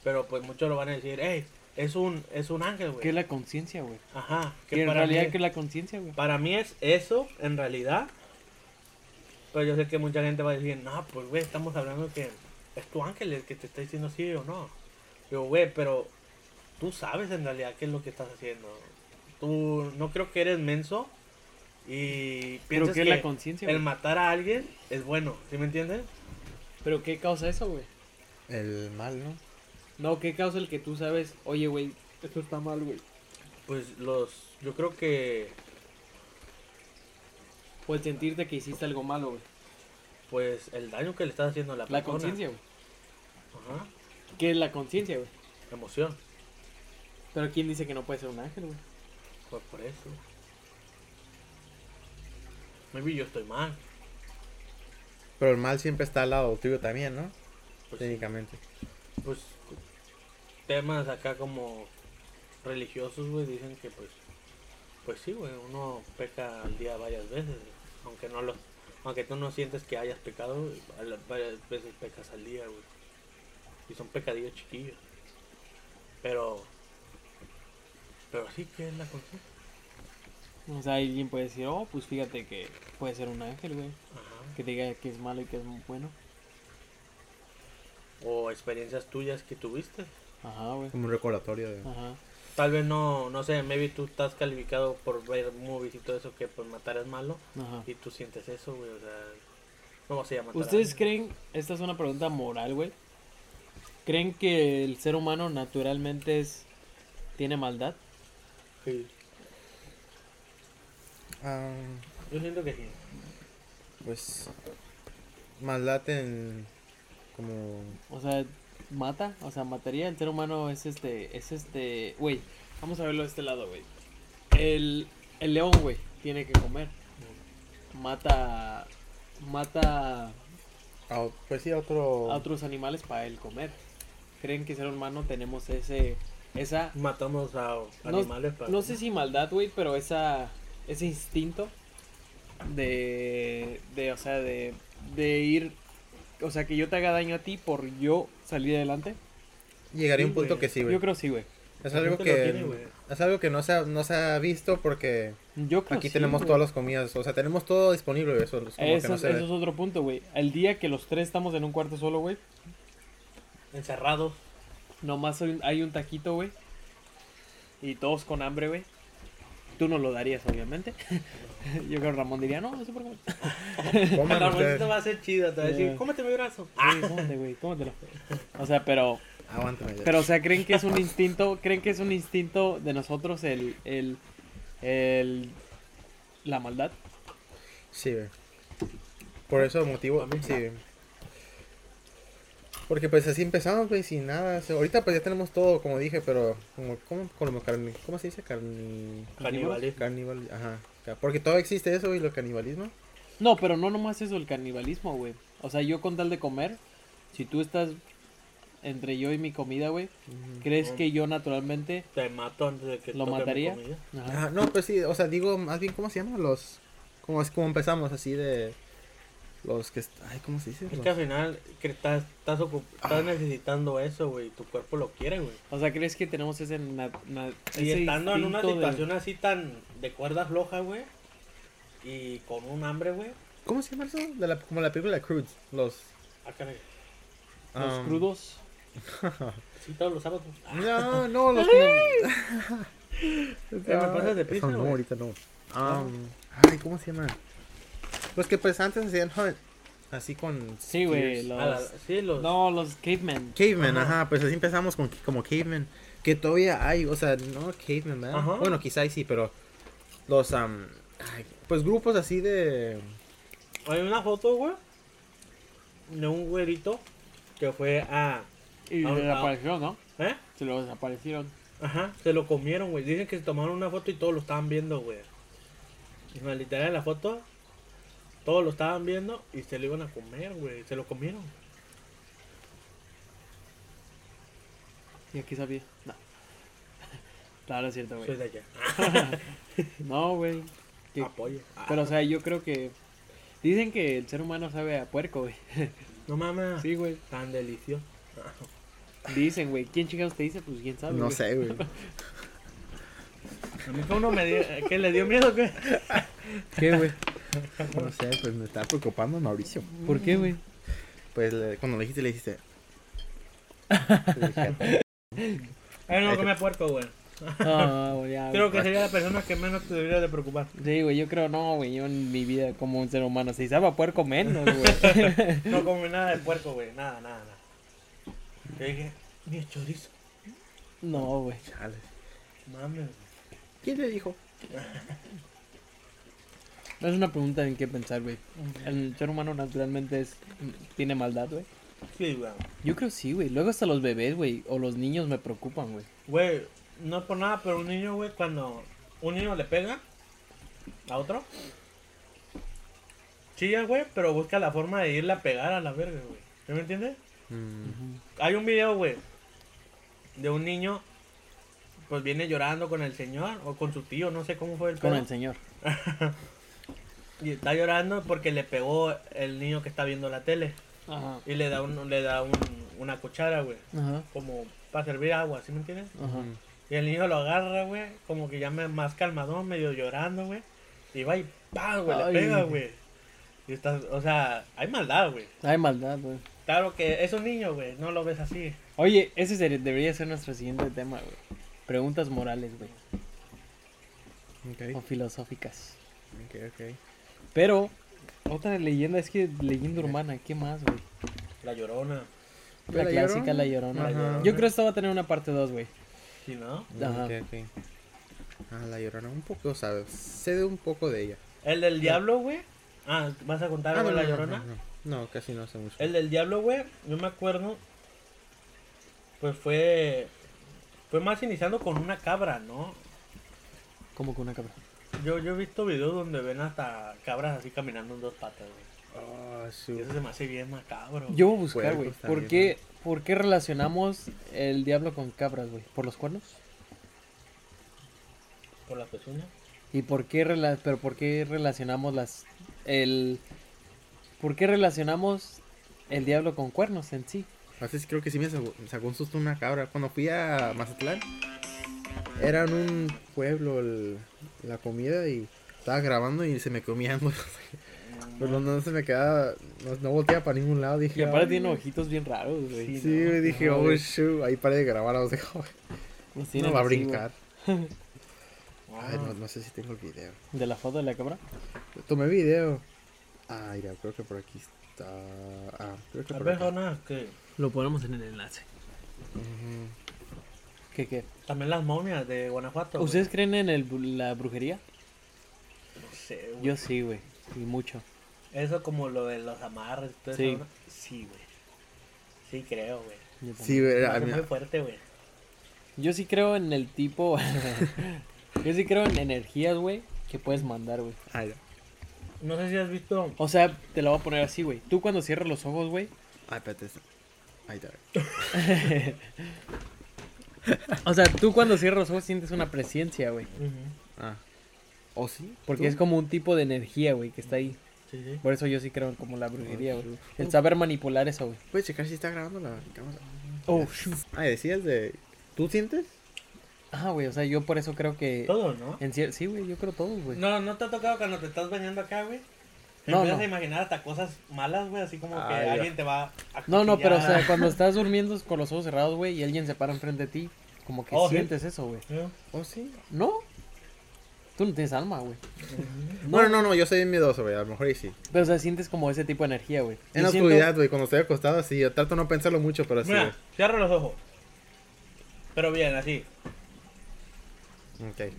[SPEAKER 3] Pero pues muchos lo van a decir, hey, es un, es un ángel, güey.
[SPEAKER 1] ¿Qué es la conciencia, güey?
[SPEAKER 3] Ajá.
[SPEAKER 1] Que en
[SPEAKER 3] Pues. para
[SPEAKER 1] realidad,
[SPEAKER 3] mí-
[SPEAKER 1] ¿qué es la conciencia, güey?
[SPEAKER 3] Para mí es eso, en realidad. Pero yo sé que mucha gente va a decir, no, pues, güey, estamos hablando que es tu ángel el que te está diciendo sí o no. Digo, güey, pero tú sabes en realidad qué es lo que estás haciendo. Tú no creo que eres menso y
[SPEAKER 1] ¿Pero
[SPEAKER 3] piensas
[SPEAKER 1] qué es la
[SPEAKER 3] que
[SPEAKER 1] conciencia,
[SPEAKER 3] el
[SPEAKER 1] güey?
[SPEAKER 3] matar a alguien es bueno, ¿sí me entiendes?
[SPEAKER 1] ¿Pero qué causa eso, güey?
[SPEAKER 2] El mal, ¿no?
[SPEAKER 1] No, ¿qué causa el que tú sabes? Oye, güey, esto está mal, güey.
[SPEAKER 3] Pues los, yo creo que,
[SPEAKER 1] O el sentirte que hiciste algo malo, güey.
[SPEAKER 3] pues el daño que le estás haciendo a la
[SPEAKER 1] La
[SPEAKER 3] persona.
[SPEAKER 1] conciencia, güey.
[SPEAKER 3] Ajá,
[SPEAKER 1] ¿Qué es la conciencia, güey?
[SPEAKER 3] emoción,
[SPEAKER 1] Pero ¿quién dice que no puede ser un ángel, güey?
[SPEAKER 3] pues por eso. Maybe yo estoy mal.
[SPEAKER 2] Pero el mal siempre está al lado tuyo también, ¿no?
[SPEAKER 3] Pues,
[SPEAKER 2] Técnicamente.
[SPEAKER 3] pues, temas acá como religiosos, güey, dicen que pues pues sí, güey, uno peca al día varias veces, güey. aunque no lo aunque tú no sientes que hayas pecado, güey, a la- varias veces pecas al día, güey. Y son pecadillos chiquillos. Pero pero sí que es la conciencia.
[SPEAKER 1] O sea, alguien puede decir, oh, pues fíjate que puede ser un ángel, güey.
[SPEAKER 3] Ajá.
[SPEAKER 1] Que te diga que es malo y que es bueno.
[SPEAKER 3] O experiencias tuyas que tuviste.
[SPEAKER 1] Ajá, güey.
[SPEAKER 2] Como un recordatorio de.
[SPEAKER 1] Ajá.
[SPEAKER 3] Tal vez no, no sé, maybe tú estás calificado por ver movies y todo eso que pues matar es malo.
[SPEAKER 1] Ajá.
[SPEAKER 3] Y tú sientes eso, güey, o sea, no vas a llamar.
[SPEAKER 1] ¿Ustedes creen, esta es una pregunta moral, güey? ¿Creen que el ser humano naturalmente es, tiene maldad?
[SPEAKER 3] Sí.
[SPEAKER 2] am,
[SPEAKER 3] Yo siento que sí.
[SPEAKER 2] pues maldad en como
[SPEAKER 1] O sea, mata, o sea, mataría. El ser humano es este, es este, güey, vamos a verlo de este lado, güey. El, el león, güey, tiene que comer. Mata, mata
[SPEAKER 2] a o- pues sí a
[SPEAKER 1] a
[SPEAKER 2] otro
[SPEAKER 1] otros animales para él comer. ¿Creen que ser humano tenemos ese, esa,
[SPEAKER 3] Matamos a
[SPEAKER 1] No-
[SPEAKER 3] animales para.
[SPEAKER 1] no sé si maldad, güey, pero esa, ese instinto de, de, o sea, de, de ir, o sea, que yo te haga daño a ti por yo salir adelante?
[SPEAKER 2] llegaría a un
[SPEAKER 3] Sí,
[SPEAKER 2] punto
[SPEAKER 3] güey.
[SPEAKER 2] que sí, güey.
[SPEAKER 1] Yo creo sí, güey.
[SPEAKER 2] Es
[SPEAKER 3] La
[SPEAKER 2] algo
[SPEAKER 3] gente lo tiene,
[SPEAKER 2] que
[SPEAKER 3] güey.
[SPEAKER 2] es algo que no se ha, no se ha visto porque
[SPEAKER 1] Yo creo Pues
[SPEAKER 2] aquí
[SPEAKER 1] sí,
[SPEAKER 2] tenemos
[SPEAKER 1] güey.
[SPEAKER 2] todas las comidas, o sea, tenemos todo disponible, güey, eso es como que
[SPEAKER 1] Eso,
[SPEAKER 2] no se ve.
[SPEAKER 1] eso es otro punto, güey. El día que los tres estamos en un cuarto solo, güey,
[SPEAKER 3] Encerrados.
[SPEAKER 1] nomás hay un, hay un taquito, güey, y todos con hambre, güey. Tú no lo darías, obviamente. Yo creo que Ramón diría, no, eso por qué.
[SPEAKER 2] Coman
[SPEAKER 3] La
[SPEAKER 2] ustedes.
[SPEAKER 3] bolsita va a ser chida. Te va a decir,
[SPEAKER 1] Ya.
[SPEAKER 3] cómete mi brazo.
[SPEAKER 2] Ah.
[SPEAKER 1] Oye, cómate, güey, cómetelo. O sea, pero,
[SPEAKER 2] Aguántame. ya.
[SPEAKER 1] pero, o sea, ¿creen que es un instinto, creen que es un instinto de nosotros el, el, el, la maldad?
[SPEAKER 2] Sí, güey. Por eso motivo, sí. güey. Porque pues así empezamos, güey, sin nada. o sea, ahorita pues ya tenemos todo, como dije, pero como, ¿cómo, como carni- ¿cómo se dice? Carni...
[SPEAKER 3] Canibales.
[SPEAKER 2] Carnival, ajá. ca- Porque todavía existe eso, güey, lo canibalismo.
[SPEAKER 1] No, pero no nomás eso, el canibalismo, güey. O sea, yo con tal de comer, si tú estás entre yo y mi comida, güey, ¿crees que yo naturalmente...
[SPEAKER 3] Te mato antes de que
[SPEAKER 1] ¿Lo
[SPEAKER 3] toque mi
[SPEAKER 1] mataría?
[SPEAKER 3] comida.
[SPEAKER 1] Ajá.
[SPEAKER 2] Ajá, no, pues sí, o sea, digo, más bien, ¿cómo se llaman los...? Como es como empezamos, así de... Los que... est- Ay, ¿cómo se dice?
[SPEAKER 3] Es
[SPEAKER 2] Los-
[SPEAKER 3] que al final que estás, estás, ocup-
[SPEAKER 2] Ah.
[SPEAKER 3] estás necesitando eso, güey. Tu cuerpo lo quiere, güey.
[SPEAKER 1] O sea, ¿crees que tenemos ese... na- na-
[SPEAKER 3] Y
[SPEAKER 1] ese
[SPEAKER 3] estando en una
[SPEAKER 1] instinto de-
[SPEAKER 3] situación así tan de cuerda floja, güey. Y con un hambre, güey.
[SPEAKER 2] ¿Cómo se llama eso? De la, como la película Crudes. Los...
[SPEAKER 3] Acá me-
[SPEAKER 1] Los
[SPEAKER 2] um,
[SPEAKER 1] crudos.
[SPEAKER 3] Sí, todos los sábados.
[SPEAKER 1] Ah,
[SPEAKER 2] No, no, los que...
[SPEAKER 3] Eh, me pasas de pizza,
[SPEAKER 2] No,
[SPEAKER 3] güey. Ah.
[SPEAKER 2] ahorita no. Um, ay, ¿cómo se llaman? Los que pues antes hacían hunt. Así con...
[SPEAKER 1] Sí, güey.
[SPEAKER 2] spears.
[SPEAKER 1] Los...
[SPEAKER 3] A la- sí, los.
[SPEAKER 1] No, los cavemen.
[SPEAKER 2] Caveman,
[SPEAKER 3] Ajá.
[SPEAKER 2] ajá. pues así empezamos con como caveman. Que todavía hay, o sea, no caveman, ¿verdad?
[SPEAKER 3] Ajá.
[SPEAKER 2] Bueno, quizá ahí sí, pero los... am, ay, pues grupos así de...
[SPEAKER 3] Hay una foto, güey. De un güerito que fue a.
[SPEAKER 1] Y
[SPEAKER 3] Ah, ah.
[SPEAKER 1] desaparecieron, ¿no?
[SPEAKER 3] ¿Eh?
[SPEAKER 1] Se lo desaparecieron.
[SPEAKER 3] Ajá, se lo comieron, güey. Dicen que se tomaron una foto y todos lo estaban viendo, güey. En la literal de la foto, todos lo estaban viendo y se lo iban a comer, güey. Se lo comieron.
[SPEAKER 1] Y aquí sabía. No. Claro, es cierto,
[SPEAKER 3] Soy
[SPEAKER 1] güey.
[SPEAKER 3] de allá.
[SPEAKER 1] No, güey. Sí.
[SPEAKER 3] Apoyo. Ah,
[SPEAKER 1] Pero, o sea, yo creo que... Dicen que el ser humano sabe a puerco, güey.
[SPEAKER 3] no mames.
[SPEAKER 1] Sí, güey.
[SPEAKER 3] Tan delicioso.
[SPEAKER 1] Dicen, güey. ¿Quién chingados te dice? Pues quién
[SPEAKER 3] Ah,
[SPEAKER 1] sabe.
[SPEAKER 2] No
[SPEAKER 1] güey.
[SPEAKER 2] sé, güey.
[SPEAKER 3] A mí fue uno me dio, ¿qué le dio miedo, güey?
[SPEAKER 1] ¿Qué, güey?
[SPEAKER 2] No sé, pues me está preocupando Mauricio.
[SPEAKER 1] ¿Por qué, güey?
[SPEAKER 2] Pues le- cuando le dijiste, le dijiste...
[SPEAKER 3] Ay, no comía puerco, güey.
[SPEAKER 1] No, Ah, güey, ya, güey.
[SPEAKER 3] Creo que sería la persona que menos te debería de preocupar.
[SPEAKER 1] Sí, güey, yo creo no, güey. Yo en mi vida como un ser humano. Si sabe a puerco menos, güey.
[SPEAKER 3] No comí nada de puerco, güey. Nada, nada, nada. Yo dije, ni el chorizo.
[SPEAKER 1] No, güey.
[SPEAKER 2] Chale.
[SPEAKER 3] Mames,
[SPEAKER 2] ¿Quién te dijo?
[SPEAKER 1] Es una pregunta en qué pensar, güey.
[SPEAKER 3] güey.
[SPEAKER 1] El ser humano naturalmente es, tiene maldad, güey.
[SPEAKER 3] Sí, güey.
[SPEAKER 1] Yo creo sí, güey. Luego hasta los bebés, güey, o los niños me preocupan, güey.
[SPEAKER 3] Güey, no es por nada, pero un niño, güey, cuando un niño le pega a otro, chilla, güey, pero busca la forma de irle a pegar a la verga, güey. ¿Sí me entiendes?
[SPEAKER 2] Mm,
[SPEAKER 3] Hay un video, güey, de un niño, pues viene llorando con el señor o con su tío, no sé cómo fue el
[SPEAKER 1] Con
[SPEAKER 3] pedo,
[SPEAKER 1] el señor.
[SPEAKER 3] Y está llorando porque le pegó el niño que está viendo la tele.
[SPEAKER 1] Ajá.
[SPEAKER 3] Y le da, un, le da un- una cuchara, güey,
[SPEAKER 1] Ajá.
[SPEAKER 3] como para servir agua, ¿sí me entiendes?
[SPEAKER 1] Ajá.
[SPEAKER 3] Y el niño lo agarra, güey, como que ya me- más calmadón, medio llorando, güey. Y va y pa, güey, le
[SPEAKER 1] Ay.
[SPEAKER 3] pega, güey. Y está, o sea, hay maldad, güey.
[SPEAKER 1] Hay maldad, güey.
[SPEAKER 3] Claro que es un niño, güey, no lo ves así.
[SPEAKER 1] Oye, ese sería- debería ser nuestro siguiente tema, güey. Preguntas morales, güey. O
[SPEAKER 2] Ok,
[SPEAKER 1] filosóficas.
[SPEAKER 2] ok, ok.
[SPEAKER 1] Pero, otra leyenda es que leyenda urbana, ¿qué más, güey?
[SPEAKER 3] La llorona,
[SPEAKER 1] La,
[SPEAKER 2] ¿La
[SPEAKER 1] clásica,
[SPEAKER 2] Llorona?
[SPEAKER 1] la llorona.
[SPEAKER 3] Ajá.
[SPEAKER 1] Yo creo que esta va a tener una parte 2, güey.
[SPEAKER 3] ¿sí no?
[SPEAKER 1] Ajá.
[SPEAKER 2] Mm, Ok, ok. Ah, la llorona, un poco, ¿sabes? Sé de un poco de ella.
[SPEAKER 3] El del diablo, güey. Ah, ¿vas a contar
[SPEAKER 2] Ah,
[SPEAKER 3] algo
[SPEAKER 2] no,
[SPEAKER 3] de
[SPEAKER 2] no,
[SPEAKER 3] la
[SPEAKER 2] no,
[SPEAKER 3] llorona?
[SPEAKER 2] no, no. No, casi no sé mucho.
[SPEAKER 3] El del diablo, güey, yo me acuerdo. Pues fue. Fue más iniciando con una cabra, ¿no?
[SPEAKER 1] Como que una cabra.
[SPEAKER 3] Yo, yo he visto videos donde ven hasta cabras así caminando en dos patas, güey.
[SPEAKER 2] Ah,
[SPEAKER 3] Y
[SPEAKER 2] su-
[SPEAKER 3] eso se me hace bien macabro. güey.
[SPEAKER 1] Yo voy a buscar,
[SPEAKER 2] Puercos
[SPEAKER 1] güey.
[SPEAKER 2] también,
[SPEAKER 1] ¿Por qué, ¿Por qué relacionamos el diablo con cabras, güey? ¿Por los cuernos?
[SPEAKER 3] Por la pezuña.
[SPEAKER 1] ¿Y por qué, rela- pero por qué relacionamos las. El. ¿Por qué relacionamos el diablo con cuernos en sí?
[SPEAKER 2] Así es, creo que sí me sacó, me sacó un susto una cabra. Cuando fui a Mazatlán, era en un pueblo el- la comida y estaba grabando y se me comía algo.
[SPEAKER 3] Mm,
[SPEAKER 2] Pero Pues no, no se me quedaba, no, no volteaba para ningún lado. Dije,
[SPEAKER 1] Y aparte
[SPEAKER 2] "Ay".
[SPEAKER 1] tiene ojitos bien raros, güey.
[SPEAKER 3] Sí,
[SPEAKER 2] Sí,
[SPEAKER 3] ¿no?
[SPEAKER 2] güey, dije,
[SPEAKER 1] Ajá,
[SPEAKER 2] oh,
[SPEAKER 1] güey.
[SPEAKER 2] shoot. Ahí paré de grabar, los dejo.
[SPEAKER 1] Los
[SPEAKER 2] No
[SPEAKER 1] tienen
[SPEAKER 2] va a
[SPEAKER 1] así, güey.
[SPEAKER 2] brincar. Ay, no,
[SPEAKER 3] Ah,
[SPEAKER 2] no sé si tengo el video.
[SPEAKER 1] ¿De la foto de la cabra?
[SPEAKER 2] Tomé video. Ay, ya, creo que por aquí está. Ah, creo que
[SPEAKER 3] Hay
[SPEAKER 2] por acá.
[SPEAKER 3] personas que.
[SPEAKER 1] Lo ponemos en el enlace.
[SPEAKER 2] Ujú.
[SPEAKER 1] ¿Qué qué?
[SPEAKER 3] También las momias de Guanajuato. güey.
[SPEAKER 1] ¿Ustedes creen en el bu- la brujería?
[SPEAKER 3] No sé, güey.
[SPEAKER 1] Yo sí, güey. Y mucho.
[SPEAKER 3] Eso como lo de los amarres. todo
[SPEAKER 1] Sí.
[SPEAKER 3] eso, ¿no? Sí, güey. Sí, creo, güey.
[SPEAKER 1] Yo
[SPEAKER 2] Sí,
[SPEAKER 1] también.
[SPEAKER 2] güey, a
[SPEAKER 3] Es
[SPEAKER 2] mí-
[SPEAKER 3] muy fuerte, güey.
[SPEAKER 1] Yo sí creo en el tipo. Yo sí creo en energías, güey, que puedes mandar, güey.
[SPEAKER 2] Ay, ya.
[SPEAKER 3] No sé si has visto.
[SPEAKER 1] O sea, te la voy a poner así, güey. Tú cuando cierras los ojos, güey.
[SPEAKER 2] Ay, espérate. Ahí está.
[SPEAKER 1] O sea, tú cuando cierras los ojos sientes una presencia, güey.
[SPEAKER 3] Ujú.
[SPEAKER 2] Ah. ¿O sí?
[SPEAKER 1] Porque
[SPEAKER 2] ¿Tú?
[SPEAKER 1] es como un tipo de energía, güey, que está ahí.
[SPEAKER 3] Sí, sí.
[SPEAKER 1] Por eso yo sí creo en como la brujería, güey. El saber manipular eso, güey.
[SPEAKER 2] Puedes checar si está grabando la cámara.
[SPEAKER 1] Oh, shoot.
[SPEAKER 2] Ah, decías de. ¿Tú sientes?
[SPEAKER 1] Ah, güey, o sea, yo por eso creo que...
[SPEAKER 3] Todo, ¿no?
[SPEAKER 1] En cier- Sí, güey, yo creo todo, güey.
[SPEAKER 3] No, no te ha tocado cuando te estás bañando acá, güey. Te
[SPEAKER 1] No,
[SPEAKER 3] empiezas
[SPEAKER 1] no.
[SPEAKER 3] a imaginar hasta cosas malas, güey, así como que
[SPEAKER 2] Ay,
[SPEAKER 3] alguien te va a
[SPEAKER 1] No, no, pero o
[SPEAKER 3] cuchillar.
[SPEAKER 1] sea, cuando estás durmiendo con los ojos cerrados, güey, y alguien se para enfrente de ti, como que
[SPEAKER 3] Oh, sí.
[SPEAKER 1] sientes eso, güey.
[SPEAKER 3] ¿Eh?
[SPEAKER 2] ¿O sí?
[SPEAKER 1] No. Tú no tienes alma, güey.
[SPEAKER 2] Bueno, no, no, yo soy miedoso, güey. A lo mejor ahí sí.
[SPEAKER 1] Pero o sea, sientes como ese tipo de energía, güey.
[SPEAKER 2] En
[SPEAKER 1] Yo
[SPEAKER 2] la
[SPEAKER 1] siento-
[SPEAKER 2] oscuridad, güey. Cuando estoy acostado, sí. Yo trato de no pensarlo mucho, pero sí.
[SPEAKER 3] Mira, cierra los ojos. Pero bien, así.
[SPEAKER 2] güey. Ok.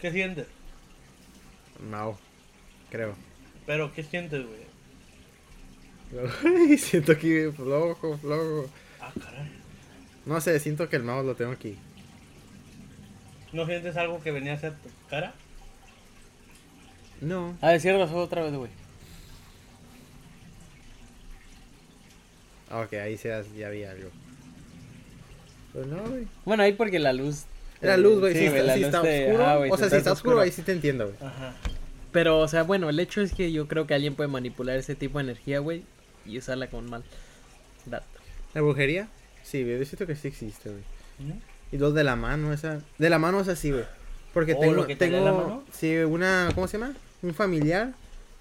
[SPEAKER 3] ¿Qué sientes?
[SPEAKER 2] No. Creo.
[SPEAKER 3] Pero, ¿qué sientes, güey?
[SPEAKER 2] Ay, siento aquí flojo, flojo.
[SPEAKER 3] Ah, caray.
[SPEAKER 2] No sé, siento que el mouse lo tengo aquí.
[SPEAKER 3] ¿No sientes algo que venía hacia tu cara?
[SPEAKER 2] No.
[SPEAKER 1] A ver, cierra Ah, los ojos otra vez, güey.
[SPEAKER 2] Ah, ok, ahí se, ya vi algo. Pero Pues no, güey.
[SPEAKER 1] Bueno, ahí porque la luz.
[SPEAKER 2] La luz, güey.
[SPEAKER 1] Sí,
[SPEAKER 2] si
[SPEAKER 1] güey,
[SPEAKER 2] está,
[SPEAKER 1] la
[SPEAKER 2] si
[SPEAKER 1] luz
[SPEAKER 2] está
[SPEAKER 1] te-
[SPEAKER 2] oscuro.
[SPEAKER 1] ajá, güey,
[SPEAKER 2] o sea, si está oscuro, ahí sí te entiendo, güey.
[SPEAKER 3] Ajá.
[SPEAKER 1] Pero, o sea, bueno, el hecho es que yo creo que alguien puede manipular ese tipo de energía, güey, y usarla con mal. Dato.
[SPEAKER 2] ¿La brujería? Sí, güey. Yo siento que sí existe, güey.
[SPEAKER 3] ¿Mm?
[SPEAKER 2] Y dos de la mano, esa. De la mano es así, güey. Porque
[SPEAKER 3] Oh,
[SPEAKER 2] tengo.
[SPEAKER 3] lo que te
[SPEAKER 2] tengo
[SPEAKER 3] da la mano.
[SPEAKER 2] Sí, una. ¿Cómo se llama? Un familiar.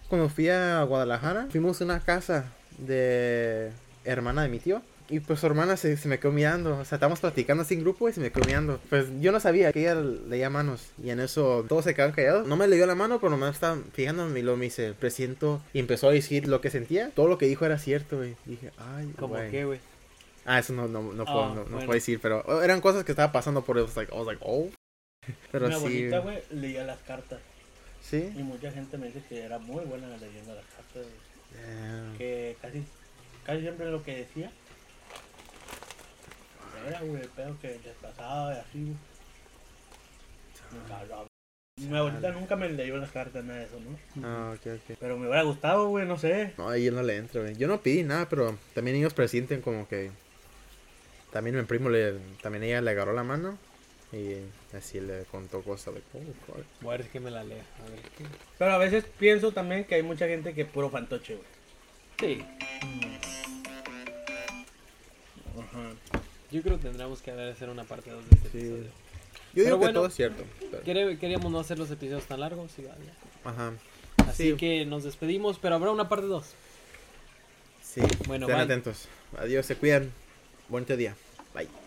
[SPEAKER 2] Cuando fui a Guadalajara, fuimos a una casa de hermana de mi tío. Y pues su hermana se, se me quedó mirando. O sea, estábamos platicando así en grupo y se me quedó mirando. Pues yo no sabía que ella leía manos. Y en eso todos se quedaron callados. No me leyó la mano, pero nomás estaba fijándome. Y luego me dice, presiento. Y empezó a decir lo que sentía. Todo lo que dijo era cierto, güey. Dije, ay,
[SPEAKER 1] Como
[SPEAKER 2] güey.
[SPEAKER 1] que, güey.
[SPEAKER 2] Ah, eso no, no, no, puedo,
[SPEAKER 1] Ah,
[SPEAKER 2] no, no
[SPEAKER 1] bueno.
[SPEAKER 2] puedo decir, pero oh, eran cosas que estaba pasando por eso. I was like, I was like, oh. Pero
[SPEAKER 3] Mi
[SPEAKER 2] sí.
[SPEAKER 3] abuelita, güey, leía las cartas.
[SPEAKER 2] Sí.
[SPEAKER 3] Y mucha gente me dice que era muy buena leyendo las cartas. güey.
[SPEAKER 2] Damn.
[SPEAKER 3] que casi, casi siempre lo que decía "Pues era, güey, el pedo que les pasaba y así, güey. Me cagaba. Mi abuelita nunca me leyó las cartas, nada de eso, ¿no?
[SPEAKER 2] Ah, ok, ok.
[SPEAKER 3] Pero me hubiera gustado, güey, no sé.
[SPEAKER 2] No, ahí yo no le entro, güey. Yo no pedí nada, pero también ellos presienten como que. También mi primo le. También ella le agarró la mano y así le contó cosas. Like, oh, God.
[SPEAKER 1] Voy a ver que me la lea. A ver qué.
[SPEAKER 3] Pero a veces pienso también que hay mucha gente que es puro fantoche, güey.
[SPEAKER 1] Sí,
[SPEAKER 3] Ajá.
[SPEAKER 1] yo creo que tendremos que hacer una parte 2 de este
[SPEAKER 2] Sí.
[SPEAKER 1] episodio.
[SPEAKER 2] Yo
[SPEAKER 1] Pero
[SPEAKER 2] digo que
[SPEAKER 1] bueno.
[SPEAKER 2] todo es cierto. pero-
[SPEAKER 1] Quere- Queríamos no hacer los episodios tan largos, sí, vale.
[SPEAKER 2] Ajá.
[SPEAKER 1] Así
[SPEAKER 2] Sí.
[SPEAKER 1] que nos despedimos, pero habrá una parte 2.
[SPEAKER 2] Sí.
[SPEAKER 1] Bueno,
[SPEAKER 2] Estén
[SPEAKER 1] bye.
[SPEAKER 2] atentos. Adiós, se cuidan. Bonito día. Bye.